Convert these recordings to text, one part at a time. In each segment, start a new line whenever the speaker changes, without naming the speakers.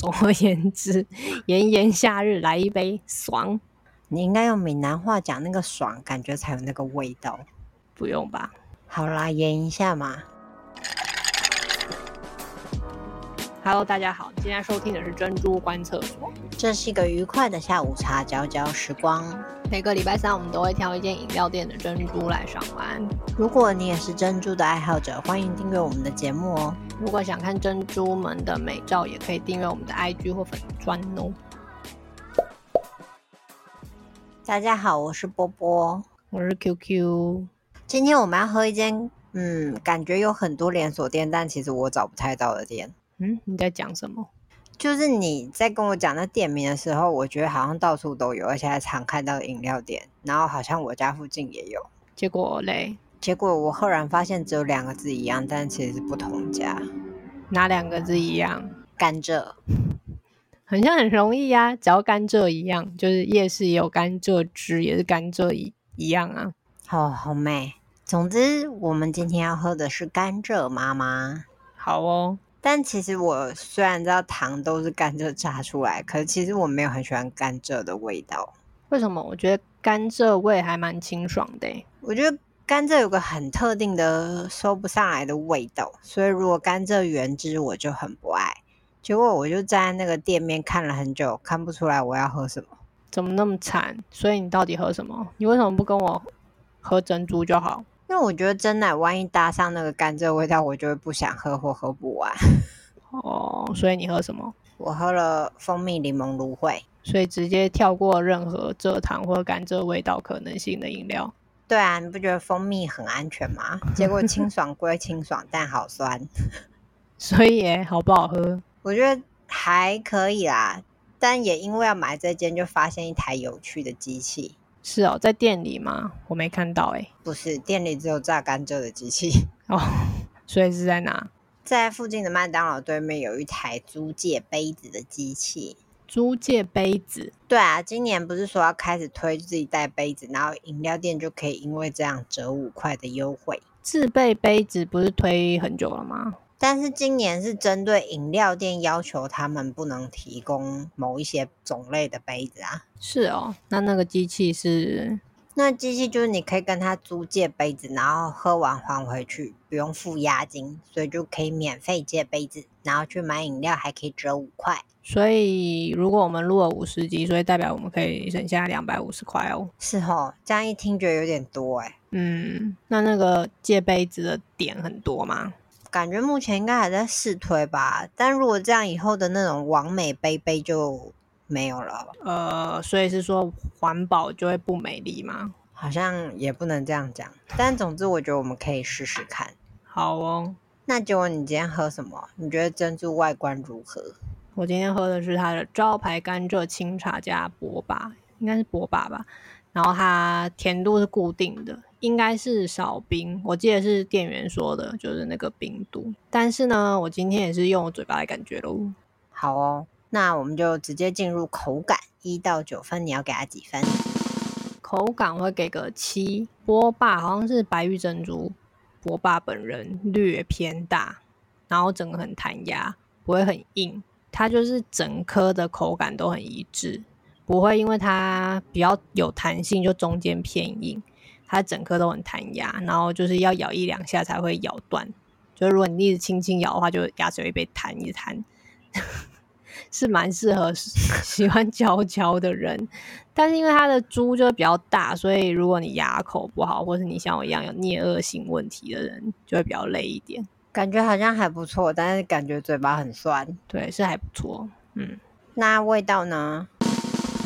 总而言之，炎炎夏日来一杯爽，
你应该用闽南话讲那个爽，感觉才有那个味道。
不用吧？
好啦，演一下嘛。
Hello，大家好，今天收听的是珍珠观测所。
这是一个愉快的下午茶，嚼嚼时光。
每个礼拜三，我们都会挑一间饮料店的珍珠来赏玩。
如果你也是珍珠的爱好者，欢迎订阅我们的节目哦。
如果想看珍珠们的美照，也可以订阅我们的 IG 或粉专哦。
大家好，我是波波。
我是 QQ，
今天我们要喝一间，嗯，感觉有很多连锁店，但其实我找不太到的店。
嗯，你在讲什么？
就是你在跟我讲那店名的时候，我觉得好像到处都有，而且还常看到饮料店，然后好像我家附近也有。
结果嘞，
结果我赫然发现只有两个字一样，但其实是不同家。
哪两个字一样？
甘蔗，
很像很容易呀、只要甘蔗一样，就是夜市也有甘蔗汁，也是甘蔗一一样啊。
好哦好美。总之，我们今天要喝的是甘蔗妈妈。
好哦，
但其实我虽然知道糖都是甘蔗榨出来，可是其实我没有很喜欢甘蔗的味道。
为什么？我觉得甘蔗味还蛮清爽的欸、
我觉得甘蔗有个很特定的说不上来的味道，所以如果甘蔗原汁我就很不爱。结果我就站在那个店面看了很久，看不出来我要喝什么。
怎么那么惨？所以你到底喝什么？你为什么不跟我喝珍珠就好？
因为我觉得真奶万一搭上那个甘蔗味道，我就会不想喝或喝不完。
哦，所以你喝什么？
我喝了蜂蜜柠檬芦荟，
所以直接跳过任何蔗糖或甘蔗味道可能性的饮料。
对啊，你不觉得蜂蜜很安全吗？结果清爽归清爽，但好酸。
所以耶、好不好喝？
我觉得还可以啦，但也因为要买这间，就发现一台有趣的机器，
是哦，在店里吗？我没看到哎、
不是店里只有榨甘蔗的机器。
哦， 所以是在哪？
在附近的麦当劳对面有一台租借杯子的机器。
租借杯子，
对啊，今年不是说要开始推自己带杯子，然后饮料店就可以因为这样折五块的优惠。
自备杯子不是推很久了吗？
但是今年是针对饮料店要求他们不能提供某一些种类的杯子啊。
是哦，那那个机器是
那机器就是你可以跟他租借杯子，然后喝完还回去，不用付押金，所以就可以免费借杯子，然后去买饮料还可以折五块。
所以，如果我们录了五十集，所以代表我们可以省下两百五十块哦。
是吼，这样一听觉得有点多哎、
嗯，那那个借杯子的点很多吗？
感觉目前应该还在试推吧。但如果这样以后的那种完美杯杯就没有了，
呃，所以是说环保就会不美丽吗？
好像也不能这样讲。但总之，我觉得我们可以试试看。
好哦，
那结果你今天喝什么？你觉得珍珠外观如何？
我今天喝的是它的招牌甘蔗清茶加波霸，应该是波霸吧。然后它甜度是固定的，应该是少冰，我记得是店员说的，就是那个冰度。但是呢，我今天也是用我嘴巴来感觉喽。
好哦，那我们就直接进入口感，一到九分，你要给它几分？
口感我会给个七，波霸好像是白玉珍珠，波霸本人略偏大，然后整个很弹牙，不会很硬，它就是整颗的口感都很一致，不会因为它比较有弹性就中间偏硬，它整颗都很弹牙，然后就是要咬一两下才会咬断，就是如果你一直轻轻咬的话，就牙齿会被弹一弹。 是蛮适合喜欢嚼嚼的人，但是因为它的猪就会比较大，所以如果你牙口不好，或是你像我一样有颞颌性问题的人，就会比较累一点。
感觉好像还不错，但是感觉嘴巴很酸。
对，是还不错。嗯，
那味道呢？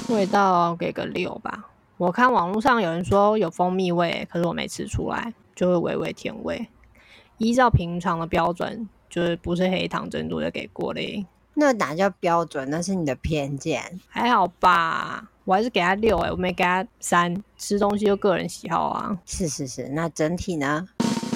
味道给个六吧。我看网络上有人说有蜂蜜味，可是我没吃出来，就会微微甜味。依照平常的标准，就是不是黑糖珍珠就给过嘞，
那哪叫标准？那是你的偏见。
还好吧。我还是给他六哎、我没给他三。吃东西就个人喜好啊。
是是是，那整体呢？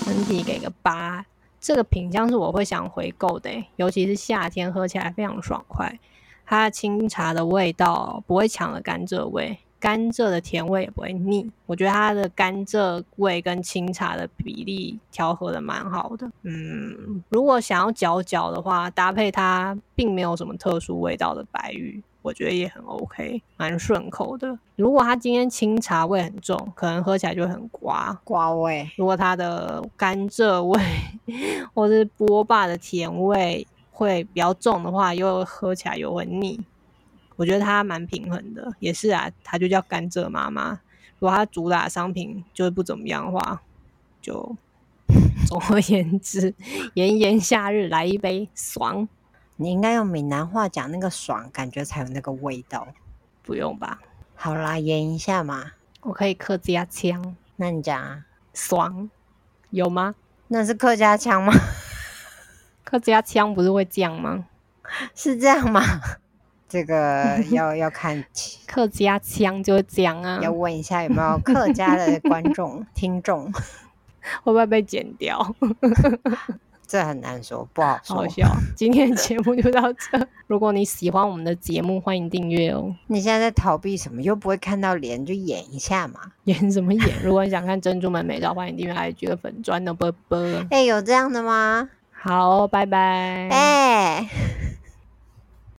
整体给个八。这个品相是我会想回购的欸、尤其是夏天喝起来非常爽快。它清茶的味道不会抢了甘蔗味，甘蔗的甜味也不会腻。我觉得它的甘蔗味跟清茶的比例调和的蛮好的。嗯，如果想要嚼嚼的话，搭配它并没有什么特殊味道的白玉，我觉得也很 OK，蛮顺口的。如果它今天清茶味很重，可能喝起来就会很刮。
瓜味，
如果它的甘蔗味或是波霸的甜味会比较重的话，又喝起来又会腻。我觉得它蛮平衡的，也是啊，它就叫甘蔗妈妈。如果它主打商品就是不怎么样的话，就 总而言之，炎炎夏日来一杯爽，
你应该用闽南话讲那个爽，感觉才有那个味道。
不用吧？
好啦，演一下嘛，
我可以客家腔
那你讲啊，
爽，有吗？
那是客家腔吗？
客家腔不是会这样吗？
是这样吗？这个 要要看，
客家腔就会这样啊，
要问一下有没有客家的观众听众，
会不会被剪掉？
这很难说，不好说
好。笑。 今天的节目就到这。 如果你喜欢我们的节目，欢迎订阅哦。
你现在在逃避什么？又不会看到脸，就演一下嘛。
演什么演？如果你想看珍珠门美照，欢迎订阅 IG 哦 的粉砖的啵啵。
哎、有这样的吗？
嗯好，拜拜。
哎、